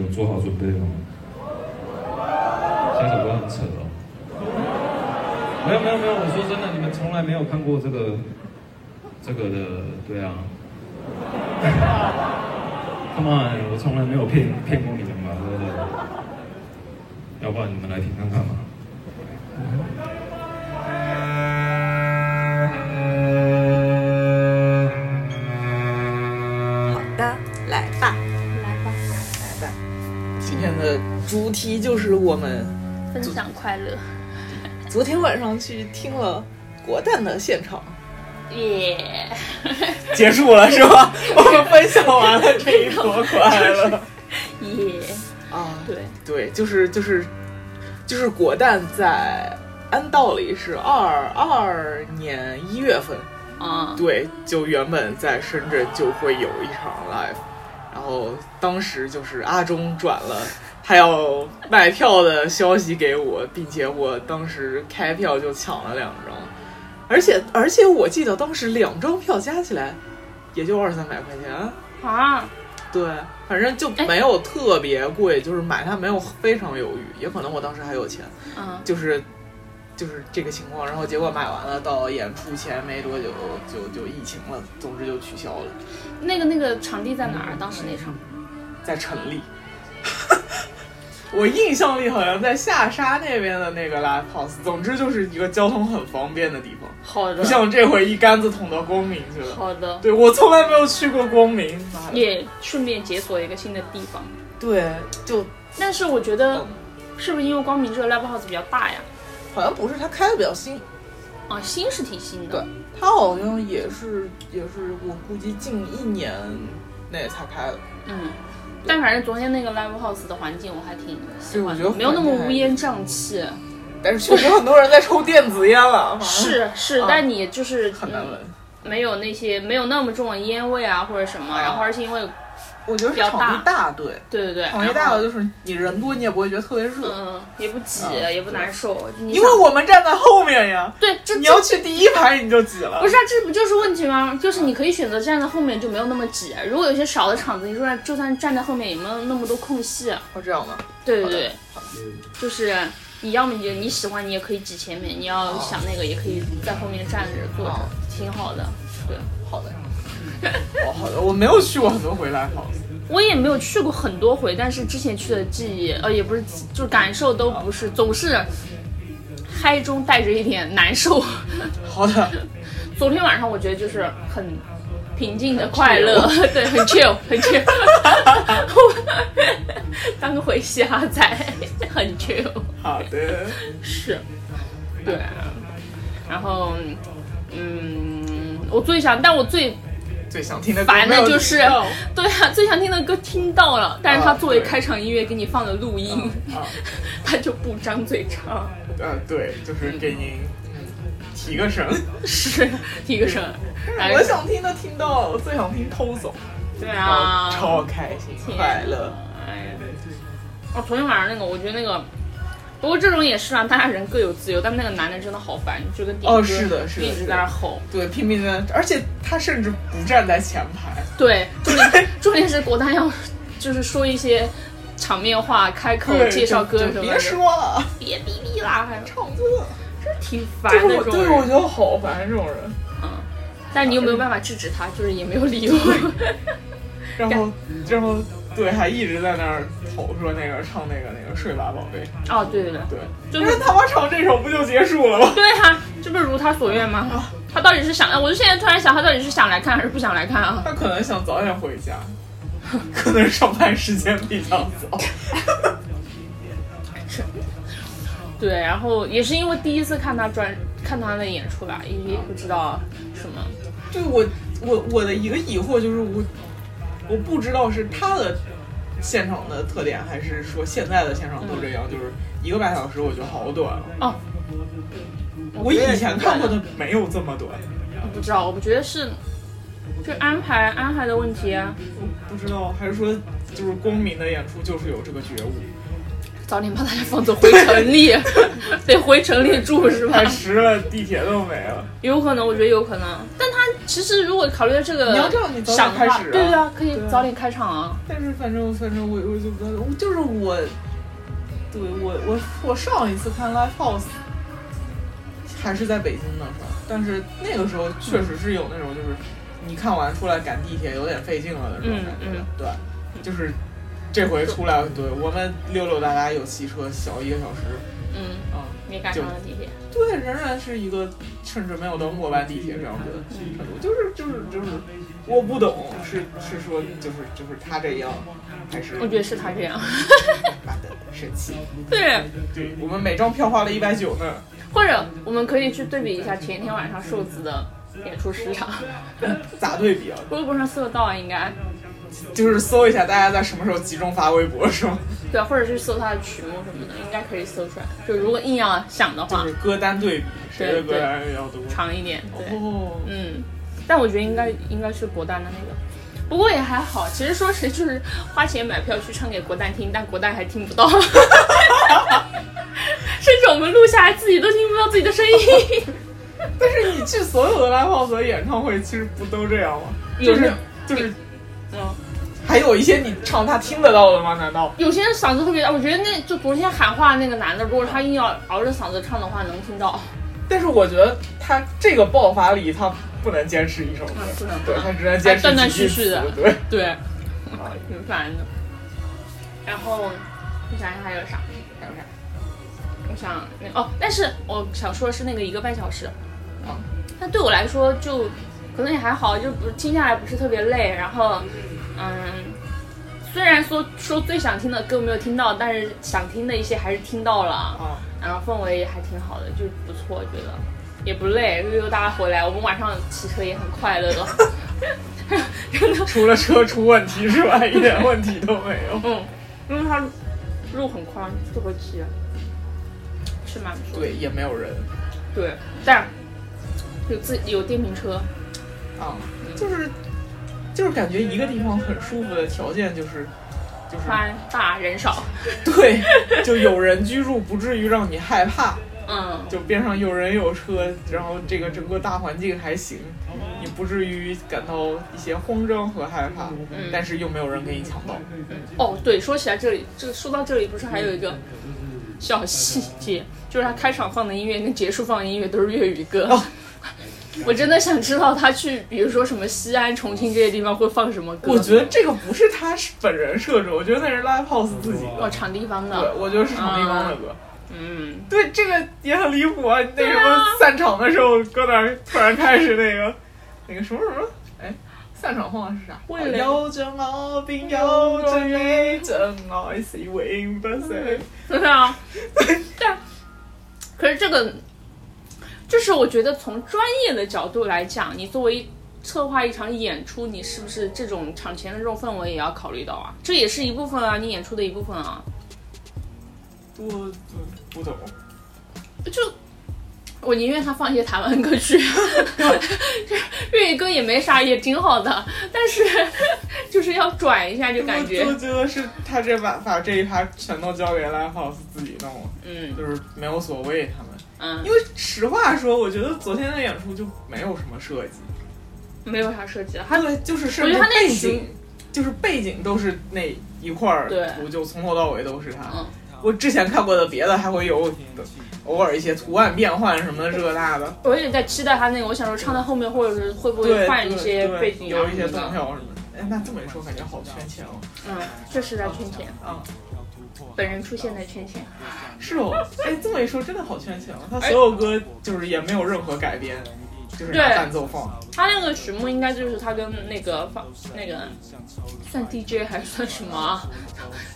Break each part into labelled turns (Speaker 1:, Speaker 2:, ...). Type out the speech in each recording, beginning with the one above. Speaker 1: 们做好准备了吗？
Speaker 2: 这首歌很扯哦。没有没有没有，我说真的，你们从来没有看过这个这个的，对啊。Come on，我从来没有骗骗过你们嘛，对不对？要不然你们来听看看嘛。
Speaker 3: 来吧，
Speaker 4: 来吧，
Speaker 3: 来吧。今天的主题就是我们
Speaker 4: 分享快乐。
Speaker 3: 昨天晚上去听了国蛋的现场，
Speaker 4: 耶、
Speaker 3: yeah. 结束了是吧？我们分享完了这一波快乐，
Speaker 4: 耶
Speaker 3: yeah. 啊，
Speaker 4: 对
Speaker 3: 对，就是就是就是国蛋在按道理是二二年一月份。
Speaker 4: 嗯，
Speaker 3: 对，就原本在深圳就会有一场 live，然后当时就是阿忠转了他要买票的消息给我，并且我当时开票就抢了两张，而且而且我记得当时两张票加起来也就二三百块钱
Speaker 4: 啊，
Speaker 3: 对，反正就没有特别贵，就是买它没有非常犹豫，也可能我当时还有钱，
Speaker 4: 嗯，
Speaker 3: 就是。就是这个情况，然后结果买完了，到演出前没多久就就疫情了，总之就取消了。
Speaker 4: 那个那个场地在哪儿？当时那场
Speaker 3: 在城里， 我印象里好像在下沙那边的那个 live house，总之就是一个交通很方便的地方。
Speaker 4: 好的，
Speaker 3: 不像这回一竿子捅到光明去了。
Speaker 4: 好的，
Speaker 3: 对我从来没有去过光明，
Speaker 4: 也顺便解锁一个新的地方。嗯
Speaker 3: 对，就
Speaker 4: 但是我觉得，是不是因为光明这个 live house 比较大呀？
Speaker 3: 好像不是，它开的比较新，
Speaker 4: 啊，新是挺新的。
Speaker 3: 对，它好像也是也是，我估计近一年内才开的。
Speaker 4: 嗯，但反正昨天那个 live house 的环境我还挺喜欢
Speaker 3: 的，
Speaker 4: 没有那么乌烟瘴气。
Speaker 3: 嗯但是确实很多人在抽电子烟 了。
Speaker 4: 是是、啊，但你就是
Speaker 3: 嗯很难闻、
Speaker 4: 嗯，没有那些没有那么重的烟味啊或者什
Speaker 3: 嗯
Speaker 4: 么，啊、然后而且因为。
Speaker 3: 我觉得
Speaker 4: 比较
Speaker 3: 大，
Speaker 4: 大
Speaker 3: 对
Speaker 4: 对对对，
Speaker 3: 场地大的就是你人多，你也不会觉得特别热，
Speaker 4: 嗯，也不挤，嗯、也不难受，
Speaker 3: 因为我们站在后面呀。
Speaker 4: 对，这
Speaker 3: 你要去第一排你就挤了。
Speaker 4: 不是啊，这不就是问题吗？就是你可以选择站在后面，就没有那么挤。如果有些少的场子，你说就算站在后面，也没有那么多空隙。啊
Speaker 3: 哦，这样吗？
Speaker 4: 对对对，就是你要么
Speaker 3: 你
Speaker 4: 你喜欢你也可以挤前面，你要想那个也可以在后面站着坐着，挺好的。对，
Speaker 3: 好的。哦，好的，我没有去过很多回来，好。
Speaker 4: 我也没有去过很多回，但是之前去的记忆，呃，也不是，就是感受都不是，总是嗨中带着一点难受。
Speaker 3: 好的。
Speaker 4: 昨天晚上我觉得就是很平静的快乐， 对，很 chill，很 chill，当个回虾仔，很 chill。
Speaker 3: 好的。
Speaker 4: 是。对。啊然后，嗯，我最想，但我最。
Speaker 3: 最想听的
Speaker 4: 歌，反正就是
Speaker 3: 哦
Speaker 4: 对啊，最想听的歌听到了，但是他作为开场音乐给你放的录音，
Speaker 3: 啊啊、
Speaker 4: 他就不张嘴唱。
Speaker 3: 嗯、啊，对，就是给你提个神，
Speaker 4: 是提个神。
Speaker 3: 我想听的听到了，我最想听偷走。
Speaker 4: 对啊，
Speaker 3: 超开心，快乐。
Speaker 4: 哎，哦，昨天晚上那个，我觉得那个。不过这种也是啊，大家人各有自由，但那个男的真的好烦，就跟
Speaker 3: 哦是的，是的，
Speaker 4: 一直在那吼，
Speaker 3: 对，拼命在，而且他甚至不站在前排。
Speaker 4: 对，重点重点是国丹要就是说一些场面话，开口介绍歌什么的，
Speaker 3: 别说了，
Speaker 4: 别逼逼啦，还
Speaker 3: 唱歌，
Speaker 4: 真挺烦的。
Speaker 3: 对，对我觉得好烦这种人。
Speaker 4: 嗯，但你又没有办法制止他，就是也没有理 由。
Speaker 3: 然后，然后。对，还一直在那儿吼说那个唱那个那个睡吧宝贝
Speaker 4: 哦，对对对
Speaker 3: 对，
Speaker 4: 就是
Speaker 3: 他妈唱这首不就结束了吗？
Speaker 4: 对啊，这不是如他所愿吗？啊、他到底是想，我就现在突然想，他到底是想来看还是不想来看啊？
Speaker 3: 他可能想早点回家， 可能上班时间比较早。
Speaker 4: 是，对，然后也是因为第一次看他专看他的演出吧，也不知道什么。
Speaker 3: 对我我我的一个疑惑就是我。我不知道是他的现场的特点，还是说现在的现场都这样，嗯、就是一个半小时，我觉得好短
Speaker 4: 哦。
Speaker 3: 我以前看过的没有这么短。
Speaker 4: 我不知道，我觉得是这安排安排的问题、啊。
Speaker 3: 不知道，还是说就是公民的演出就是有这个觉悟。
Speaker 4: 早点把大家放走回城 里，得回城里住是吧？
Speaker 3: 十了，地铁都没了。
Speaker 4: 有可能，我觉得有可能，但他。其实如果考虑到这个
Speaker 3: 你要这样你早点
Speaker 4: 想的话
Speaker 3: 开始啊
Speaker 4: 对对啊，可以
Speaker 3: 对啊
Speaker 4: 早点开场啊。
Speaker 3: 但是反正反正我我就不知道，就是我，对我我我上一次看 live house 还是在北京的时候，但是那个时候确实是有那种就是你看完出来赶地铁有点费劲了的那种感觉，
Speaker 4: 嗯嗯
Speaker 3: 对，就是这回出来，对我们溜溜达达有骑车小一个小时，
Speaker 4: 嗯，
Speaker 3: 啊、
Speaker 4: 没赶上了地铁。
Speaker 3: 对，仍然是一个甚至没有到末班地铁这样的程度，就是就是就是，我不懂是是说就是就是他这样，还是
Speaker 4: 我觉得是他这样，
Speaker 3: 妈的神奇。
Speaker 4: 对。
Speaker 3: 对，我们每张票花了一百九呢，
Speaker 4: 或者我们可以去对比一下前一天晚上瘦子的演出时长，
Speaker 3: 咋对比啊？
Speaker 4: 微博上搜得到啊，应该
Speaker 3: 就是搜一下大家在什么时候集中发微博是吗？
Speaker 4: 对啊，或者是搜他的曲目什么的，应该可以搜出来。就如果硬要想的话
Speaker 3: 就是，歌单对比，谁的
Speaker 4: 对
Speaker 3: 歌单要多？
Speaker 4: 长一点，对。
Speaker 3: 哦，
Speaker 4: 嗯，但我觉得应该应该是国蛋的那个，不过也还好。其实说谁就是花钱买票去唱给国蛋听，但国蛋还听不到， 甚至我们录下来自己都听不到自己的声音。
Speaker 3: 但是你去所有的 live house 和演唱会，其实不都这样吗？就
Speaker 4: 有
Speaker 3: 是
Speaker 4: 的
Speaker 3: 就是，
Speaker 4: 嗯，
Speaker 3: 还有一些你唱他听得到的吗？难道？
Speaker 4: 有些人嗓子特别大，我觉得那就昨天喊话那个男的，如果他硬要熬着嗓子唱的话，能听到。
Speaker 3: 但是我觉得他这个爆发力，他不能坚持一首歌
Speaker 4: 啊不能，
Speaker 3: 对他只能坚持
Speaker 4: 还断断
Speaker 3: 几句
Speaker 4: 续续的
Speaker 3: 词对，
Speaker 4: 对， 挺烦的。然后我想想还有啥？
Speaker 3: 还有啥？
Speaker 4: 我想那哦，但是我想说的是那个一个半小时，
Speaker 3: 哦
Speaker 4: 但对我来说就可能也还好，就不听下来不是特别累。然后，嗯，虽然说说最想听的歌没有听到，但是想听的一些还是听到了，
Speaker 3: 啊，
Speaker 4: 然后氛围也还挺好的，就不错，我觉得也不累。溜溜达达回来，我们晚上骑车也很快乐的，真的，
Speaker 3: 除了车出问题之外，一点问题都没有。
Speaker 4: 嗯，因为它路很宽，就会骑，是蛮不错的。
Speaker 3: 对，也没有人。
Speaker 4: 对，但有自有电瓶车，
Speaker 3: 啊，就是就是感觉一个地方很舒服的条件就是就是
Speaker 4: 宽大人少，
Speaker 3: 对，就有人居住，不至于让你害怕。
Speaker 4: 嗯，
Speaker 3: 就边上有人有车，然后这个整个大环境还行，你不至于感到一些慌张和害怕，
Speaker 4: 嗯
Speaker 3: 但是又没有人给你抢到。
Speaker 4: 哦，对，说起来这里，这说到这里，不是还有一个小细节，就是他开场放的音乐跟结束放的音乐都是粤语歌。
Speaker 3: 哦
Speaker 4: 我真的想知道他去，比如说什么西安、重庆这些地方会放什么歌。
Speaker 3: 我觉得这个不是他本人设置，我觉得那是 Live House 自己
Speaker 4: 哦，
Speaker 3: 的。
Speaker 4: 场地方
Speaker 3: 对，
Speaker 4: 的，
Speaker 3: 我觉得是场地方的歌。
Speaker 4: 嗯，
Speaker 3: 对，这个也很离谱啊！那什
Speaker 4: 对啊
Speaker 3: 么散场的时候，搁那儿突然开始那个那个什么什么，哎，散场放的是啥？
Speaker 4: 为了
Speaker 3: 有着毛病，有着你，真爱是永不碎。
Speaker 4: 对啊，但可是这个，就是我觉得从专业的角度来讲，你作为策划一场演出，你是不是这种场前的这种氛围也要考虑到啊？这也是一部分啊，你演出的一部分啊。
Speaker 3: 我我不懂，
Speaker 4: 就我宁愿他放一些台湾歌曲，粤语歌也没啥，也挺好的，但是 就是要转一下，就感
Speaker 3: 我
Speaker 4: 觉
Speaker 3: 就觉得是他这把把这一趴全都交给 Live House 自己弄了，
Speaker 4: 嗯
Speaker 3: 就是没有所谓他们。
Speaker 4: 嗯
Speaker 3: 因，为实话说，我觉得昨天的演出就没有什么设计，
Speaker 4: 没有啥设计了，他
Speaker 3: 对，就是甚
Speaker 4: 我觉
Speaker 3: 至
Speaker 4: 得他那
Speaker 3: 背
Speaker 4: 群
Speaker 3: 景，就是背景都是那一块儿
Speaker 4: 对
Speaker 3: 图，就从头到尾都是他。
Speaker 4: 嗯
Speaker 3: 我之前看过的别的还会有偶尔一些图案变换什么这那的，
Speaker 4: 我也在期待他那个，我想说唱到后面或者是会不
Speaker 3: 对，
Speaker 4: 会换一
Speaker 3: 对
Speaker 4: 些
Speaker 3: 对
Speaker 4: 背景啊
Speaker 3: 有一些
Speaker 4: 什么
Speaker 3: 灯
Speaker 4: 的。
Speaker 3: 票什么的。哎，那这么一说，感觉好圈钱哦。
Speaker 4: 嗯，确实在圈钱，
Speaker 3: 啊，
Speaker 4: 本人出现在圈钱。
Speaker 3: 是 哦，哎，这么一说真的好圈钱哦。他
Speaker 4: 哎
Speaker 3: 所有歌就是也没有任何改编，就是拿
Speaker 4: 对
Speaker 3: 伴奏放。
Speaker 4: 他那个曲目应该就是他跟那个放那个算 DJ 还是算什么啊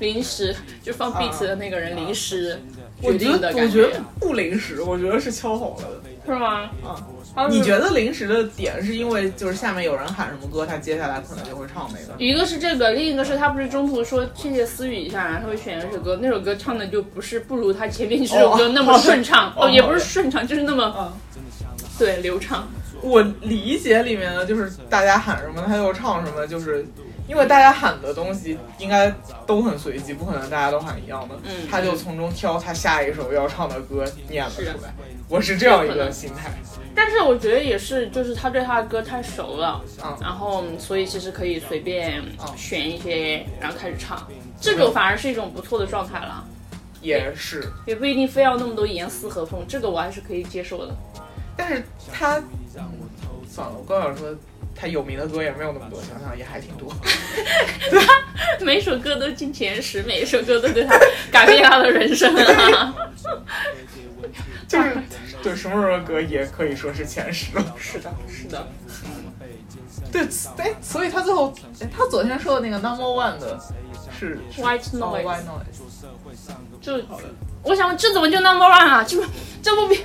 Speaker 4: 临时就放 beat 的那个人临时
Speaker 3: 我
Speaker 4: 决
Speaker 3: 觉
Speaker 4: 定
Speaker 3: 得
Speaker 4: 的，
Speaker 3: 我
Speaker 4: 感
Speaker 3: 觉得不临时，我觉得是敲好了的。
Speaker 4: 是吗？嗯
Speaker 3: 啊，
Speaker 4: 他
Speaker 3: 你
Speaker 4: 是
Speaker 3: 觉得临时的点是因为就是下面有人喊什么歌，他接下来可能就会唱那个。
Speaker 4: 一个是这个，另一个是他不是中途说窃窃私语一下，然后会选一首歌，那首歌唱的就不是不如他前面几首歌那么顺畅，
Speaker 3: 哦
Speaker 4: 哦，也不是顺畅，就是那么
Speaker 3: 啊，
Speaker 4: 对流畅。
Speaker 3: 我理解里面的就是大家喊什么他就唱什么，就是因为大家喊的东西应该都很随机，不可能大家都喊一样的。
Speaker 4: 嗯
Speaker 3: 他就从中挑他下一首要唱的歌念了出
Speaker 4: 是
Speaker 3: 来。我是这样一个心态，
Speaker 4: 但是我觉得也是，就是他对他的歌太熟了，
Speaker 3: 嗯
Speaker 4: 然后所以其实可以随便
Speaker 3: 哦
Speaker 4: 选一些，然后开始唱，这
Speaker 3: 嗯
Speaker 4: 个反而是一种不错的状态了，
Speaker 3: 也是。
Speaker 4: 也不一定非要那么多严丝合缝，这个我还是可以接受的。
Speaker 3: 但是他，算了，我刚想说，他有名的歌也没有那么多，想想也还挺多。
Speaker 4: 每首歌都进前十，每一首歌都对他 改变他的人生啊。
Speaker 3: 就是 对什么时候的歌也可以说是前十了。
Speaker 4: 是的，是的，
Speaker 3: 对，哎，所以他最后，哎，他昨天说的那个 number one 的是
Speaker 4: White
Speaker 3: 是
Speaker 4: Noise
Speaker 3: White Noise，
Speaker 4: 就我想这怎么就 number one 了？ 这不这不比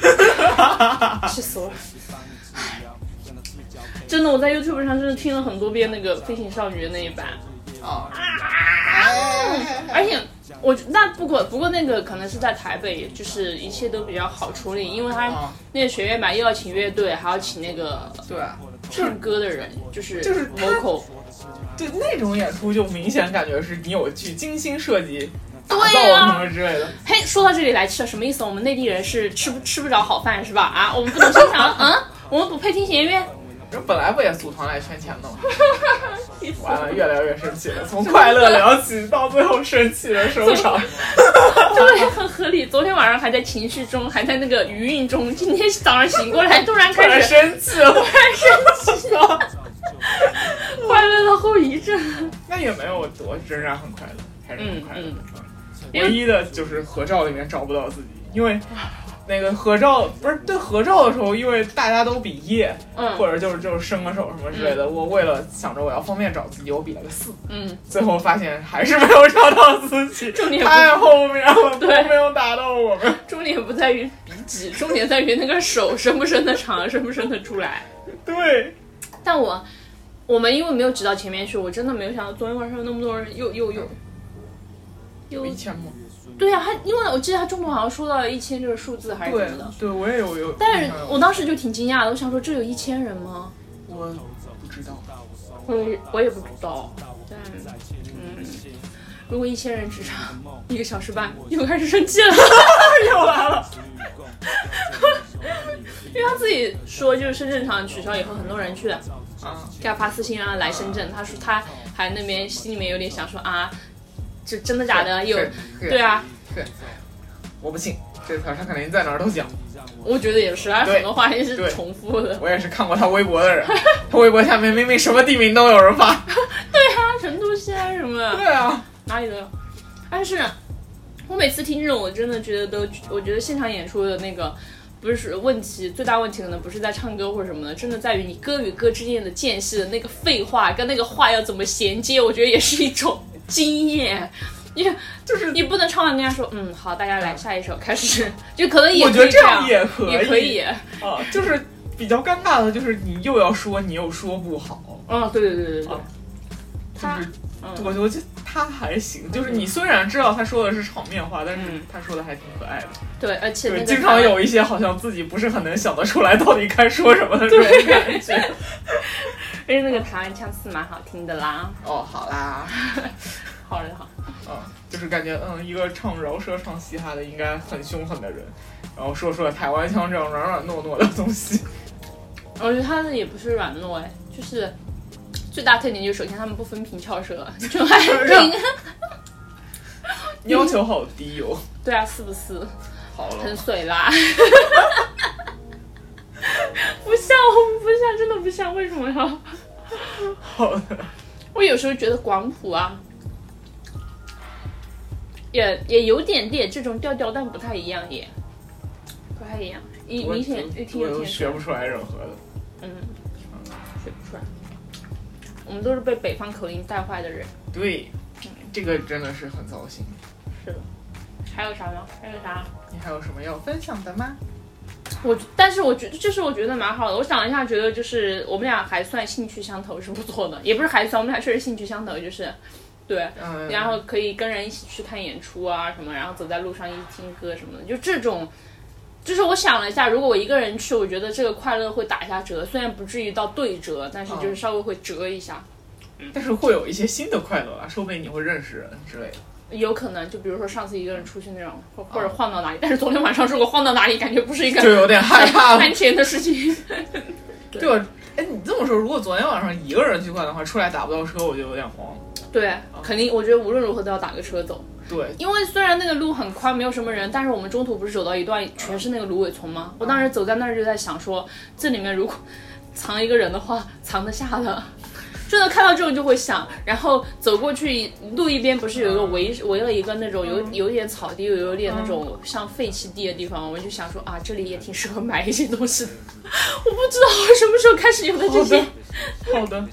Speaker 4: 这， 气死我了！真的，我在 YouTube 上真的听了很多遍那个《飞行少女》的那一版，
Speaker 3: 啊，哎
Speaker 4: 而且我那不过不过那个可能是在台北，就是一切都比较好处理，因为他
Speaker 3: 啊
Speaker 4: 那个学院版又要请乐队，还要请那个
Speaker 3: 对啊，
Speaker 4: 唱歌的人，就是
Speaker 3: 就是
Speaker 4: vocal。
Speaker 3: 对那种演出就明显感觉是你有去精心设计、打造
Speaker 4: 对啊
Speaker 3: 什么之类的。
Speaker 4: 嘿，说到这里来吃了，什么意思？我们内地人是吃不吃不着好饭是吧？啊，我们不懂欣 赏，嗯，我们不配听弦乐。
Speaker 3: 人本来不也组团来圈钱的吗？
Speaker 4: 气死我
Speaker 3: 完
Speaker 4: 了
Speaker 3: 了，越聊越生气了，从快乐聊起到最后生气的收场。
Speaker 4: 对，很合理。昨天晚上还在情绪中，还在那个余韵中，今天早上醒过来，突然
Speaker 3: 突然
Speaker 4: 开始
Speaker 3: 生气了，突然生气了。
Speaker 4: 快乐的后遗症。
Speaker 3: 那也没有，我仍然很快乐，还是很
Speaker 4: 嗯
Speaker 3: 快乐。
Speaker 4: 嗯，因为
Speaker 3: 唯一的就是合照里面找不到自己，因 为那个合照不是对合照的时候，因为大家都比耶，
Speaker 4: 嗯
Speaker 3: 或者就是就是伸个手什么之类的。我为了想着我要方便找自己，我比了个四，
Speaker 4: 嗯，
Speaker 3: 最后发现还是没有找到自己，
Speaker 4: 重点不
Speaker 3: 太后面了，都
Speaker 4: 对
Speaker 3: 没有打到我们。
Speaker 4: 重点不在于笔记，重点在于那个手伸不伸得长，伸不伸得出来。
Speaker 3: 对，
Speaker 4: 但我我们因为没有指到前面去，我真的没有想到昨天晚上那么多人又又又又
Speaker 3: 一千吗？
Speaker 4: 对呀、他因为我记得他中途好像说到了一千这个数字还是
Speaker 3: 对
Speaker 4: 怎么的，
Speaker 3: 对，我也有有。
Speaker 4: 但是我
Speaker 3: 我
Speaker 4: 当时就挺惊讶的，我想说这有一千人吗？
Speaker 3: 我不知道，
Speaker 4: 我也我也不知道，但嗯，如果一千人只唱一个小时半，又开始生气了，
Speaker 3: 又来了。
Speaker 4: 因为他自己说就是深圳场取消以后，很多人去的，
Speaker 3: 啊，
Speaker 4: 给他发私信让他来深圳，他说他还那边心里面有点想说啊，这真的假的？有
Speaker 3: 是是
Speaker 4: 对啊，
Speaker 3: 我不信，这词儿他肯定在哪儿都讲。
Speaker 4: 我觉得也是，他
Speaker 3: 对
Speaker 4: 很多话也是
Speaker 3: 对
Speaker 4: 重复的。
Speaker 3: 我也是看过他微博的人，他微博下面明明什么地名都有人发。
Speaker 4: 对啊，成都、西安什么的。
Speaker 3: 对 啊，
Speaker 4: 哪里都有。但是，我每次听这种，我真的觉得都，我觉得现场演出的那个不是问题，最大问题可能不是在唱歌或者什么的，真的在于你歌与歌之间的间隙的那个废话跟那个话要怎么衔接，我觉得也是一种经验。因为
Speaker 3: 就是
Speaker 4: 你不能唱完跟他说，嗯，好，大家来下一首开始，就可能也
Speaker 3: 我觉得
Speaker 4: 可以
Speaker 3: 这样
Speaker 4: 也
Speaker 3: 也可以
Speaker 4: 可以。
Speaker 3: 啊，就是比较尴尬的，就是你又要说，你又说不好。
Speaker 4: 嗯，对对对对对
Speaker 3: 啊。
Speaker 4: 他
Speaker 3: 就是
Speaker 4: 嗯
Speaker 3: 我觉得他还行，就是你虽然知道他说的是场面话，但是
Speaker 4: 嗯
Speaker 3: 他说的还挺可爱的。
Speaker 4: 对，而且那
Speaker 3: 对，
Speaker 4: 个
Speaker 3: 经常有一些好像自己不是很能想得出来到底该说什么的这种感觉。
Speaker 4: 而且那个台湾腔是蛮好听的啦，
Speaker 3: 哦，好啦，
Speaker 4: 好人好。
Speaker 3: 嗯，就是感觉嗯，一个唱饶舌、唱嘻哈的应该很凶狠的人，然后说出了台湾腔这样软软糯糯的东西。
Speaker 4: 我觉得他的也不是软糯哎，就是最大特点就是首先他们不分平翘 舌，就还挺
Speaker 3: 要求好低 哦。
Speaker 4: 对啊，是不是
Speaker 3: 好
Speaker 4: 很
Speaker 3: 了，
Speaker 4: 水 啦？不像，不像，真的不像，为什么要？
Speaker 3: 好了，
Speaker 4: 我有时候觉得广普啊，也也有点点这种调调，但不太一样耶，不太一样，你
Speaker 3: 我
Speaker 4: 明显一听
Speaker 3: 我
Speaker 4: 就
Speaker 3: 都
Speaker 4: 听
Speaker 3: 学不出来任何的。
Speaker 4: 嗯，学不出来。我们都是被北方口音带坏的人。
Speaker 3: 对，这个真的是很糟心。
Speaker 4: 是的。还有啥吗？还有啥？
Speaker 3: 你还有什么要分享的吗？
Speaker 4: 我但是我觉得，就是我觉得蛮好的。我想了一下，觉得就是我们俩还算兴趣相投，是不错的，也不是还算，我们俩确实兴趣相投，就是对。
Speaker 3: 嗯，
Speaker 4: 然后可以跟人一起去看演出啊什么，然后走在路上一起听歌什么的，就这种就是我想了一下，如果我一个人去，我觉得这个快乐会打一下折，虽然不至于到对折，但是
Speaker 3: 嗯
Speaker 4: 就是稍微会折一下。
Speaker 3: 但是会有一些新的快乐啊，说不定你会认识人之类的。
Speaker 4: 有可能，就比如说上次一个人出去那种，或或者晃到哪里。但是昨天晚上如果晃到哪里，感觉不是一
Speaker 3: 嗯
Speaker 4: 个
Speaker 3: 就有点害 怕了
Speaker 4: 安全的事情。
Speaker 3: 对吧？哎，你这么说，如果昨天晚上一个人去逛的话，出来打不到车，我就有点慌。
Speaker 4: 对，
Speaker 3: 啊
Speaker 4: 肯定，我觉得无论如何都要打个车走，
Speaker 3: 对，
Speaker 4: 因为虽然那个路很宽，没有什么人，但是我们中途不是走到一段全是那个芦苇丛
Speaker 3: 啊
Speaker 4: 吗？我当时走在那儿就在想说，这里面如果藏一个人的话，藏得下的。 真的看到这种就会想，然后走过去路一边不是有一个围围了一个那种有
Speaker 3: 嗯
Speaker 4: 有一点草地，又有点那种像废弃地的地方，我就想说啊，这里也挺适合买一些东西的。 我不知道什么时候开始有的这些
Speaker 3: 好 的。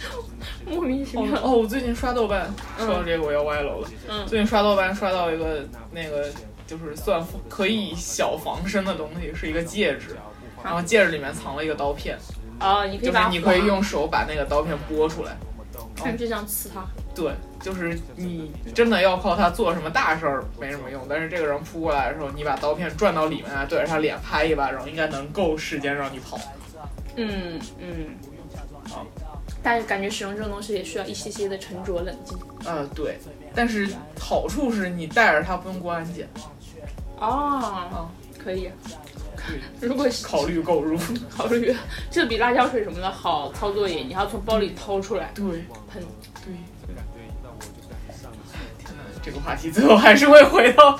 Speaker 4: 莫名其
Speaker 3: 哦
Speaker 4: 妙。
Speaker 3: 哦，我最近刷豆瓣，说到这个我要歪楼了。
Speaker 4: 嗯
Speaker 3: 最近刷豆瓣刷到一个那个就是算可以小防身的东西，是一个戒指，然后戒指里面藏了一个刀片，
Speaker 4: 啊，你可以
Speaker 3: 就
Speaker 4: 把
Speaker 3: 是
Speaker 4: 它
Speaker 3: 你可以
Speaker 4: 划
Speaker 3: 用手把那个刀片拨出来。
Speaker 4: 看就这样刺它。
Speaker 3: 对，就是你真的要靠它做什么大事儿没什么用，但是这个人扑过来的时候，你把刀片转到里面来，对着他脸拍一巴掌，应该能够时间让你跑。
Speaker 4: 嗯嗯
Speaker 3: 好。
Speaker 4: 但是感觉使用这种东西也需要一些些的沉着冷静。
Speaker 3: 呃，对，但是好处是你带着它不用过安检，
Speaker 4: 哦，可以。如果是
Speaker 3: 考虑购入。
Speaker 4: 考虑，这比辣椒水什么的好操作也，你还要从包里掏出来
Speaker 3: 对。
Speaker 4: 喷。
Speaker 3: 对，天哪，这个话题最后还是会回到。
Speaker 4: 哦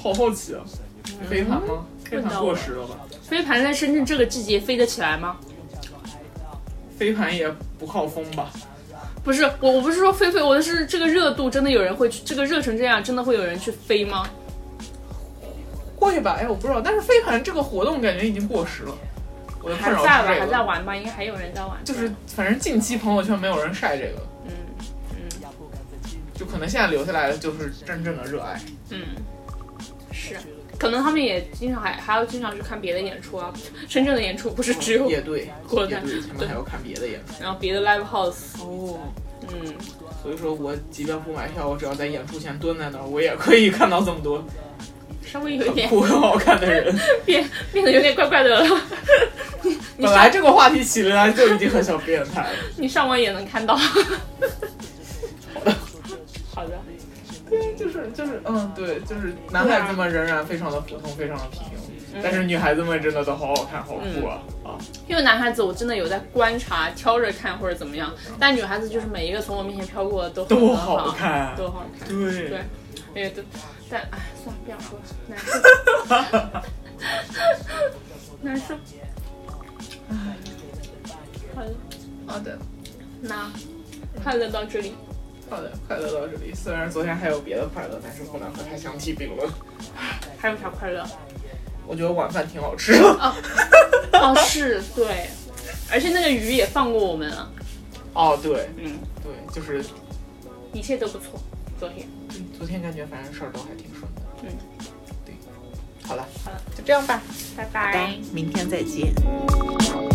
Speaker 3: 好好奇啊！飞盘吗？飞盘过时了吧？
Speaker 4: 嗯飞盘在深圳这个季节飞得起来吗？
Speaker 3: 飞盘也不靠风吧？
Speaker 4: 不是我，我不是说飞飞，我的是这个热度真的有人会去，这个热成这样，真的会有人去飞吗？
Speaker 3: 会吧？哎，我不知道。但是飞盘这个活动感觉已经过时了。我的
Speaker 4: 还
Speaker 3: 困扰
Speaker 4: 在吧，
Speaker 3: 是
Speaker 4: 还
Speaker 3: 这
Speaker 4: 在
Speaker 3: 个，
Speaker 4: 玩吧，应该还有人在玩。
Speaker 3: 就是反正近期朋友圈没有人晒这个，
Speaker 4: 嗯嗯
Speaker 3: 就可能现在留下来的就是真正的热爱。
Speaker 4: 嗯，是，可能他们也经常还还要经常去看别的演出啊，深圳的演出不是只有，
Speaker 3: 哦也对，
Speaker 4: 过
Speaker 3: 也
Speaker 4: 的
Speaker 3: 对，他们还要看别的演出。
Speaker 4: 然后别的 live house，
Speaker 3: 哦，
Speaker 4: 嗯，
Speaker 3: 所以说我即便不买票，我只要在演出前蹲在那儿，我也可以看到这么 多
Speaker 4: 稍微有一
Speaker 3: 很
Speaker 4: 点
Speaker 3: 酷很好看的 人。
Speaker 4: 变 变得有点怪怪的 了。你
Speaker 3: 本来这个话题起来就已经很想变态了。
Speaker 4: 你上网也能看到。好的，
Speaker 3: 对，就是就是，嗯，对，就是男孩子们仍然非常的普通，非常的平庸，但是女孩子们真的都好好看，好酷啊、啊！
Speaker 4: 因为男孩子我真的有在观察、挑着看或者怎么样，但女孩子就是每一个从我面前飘过的都
Speaker 3: 都
Speaker 4: 很
Speaker 3: 好
Speaker 4: 好
Speaker 3: 看
Speaker 4: 都好看。
Speaker 3: 对
Speaker 4: 对，哎呀，都，但哎，算了，不想说了，难受，哎难受。好了，
Speaker 3: 好的，
Speaker 4: 那快乐到这里，
Speaker 3: 好的，快乐到这里。虽然昨天还有别的快乐，但是不能和它相提并论。
Speaker 4: 还有啥快乐？
Speaker 3: 我觉得晚饭挺好吃的。
Speaker 4: 哦，哦，是对，而且那个鱼也放过我们啊了，
Speaker 3: 哦，对
Speaker 4: 嗯，
Speaker 3: 对，就是
Speaker 4: 一切都不错。昨天，
Speaker 3: 昨天感觉反正事儿都还挺顺的。
Speaker 4: 嗯，
Speaker 3: 对，好了，
Speaker 4: 好了
Speaker 3: 就这样吧，
Speaker 4: 拜
Speaker 1: 拜
Speaker 4: 拜。
Speaker 1: 明天再见。
Speaker 3: 拜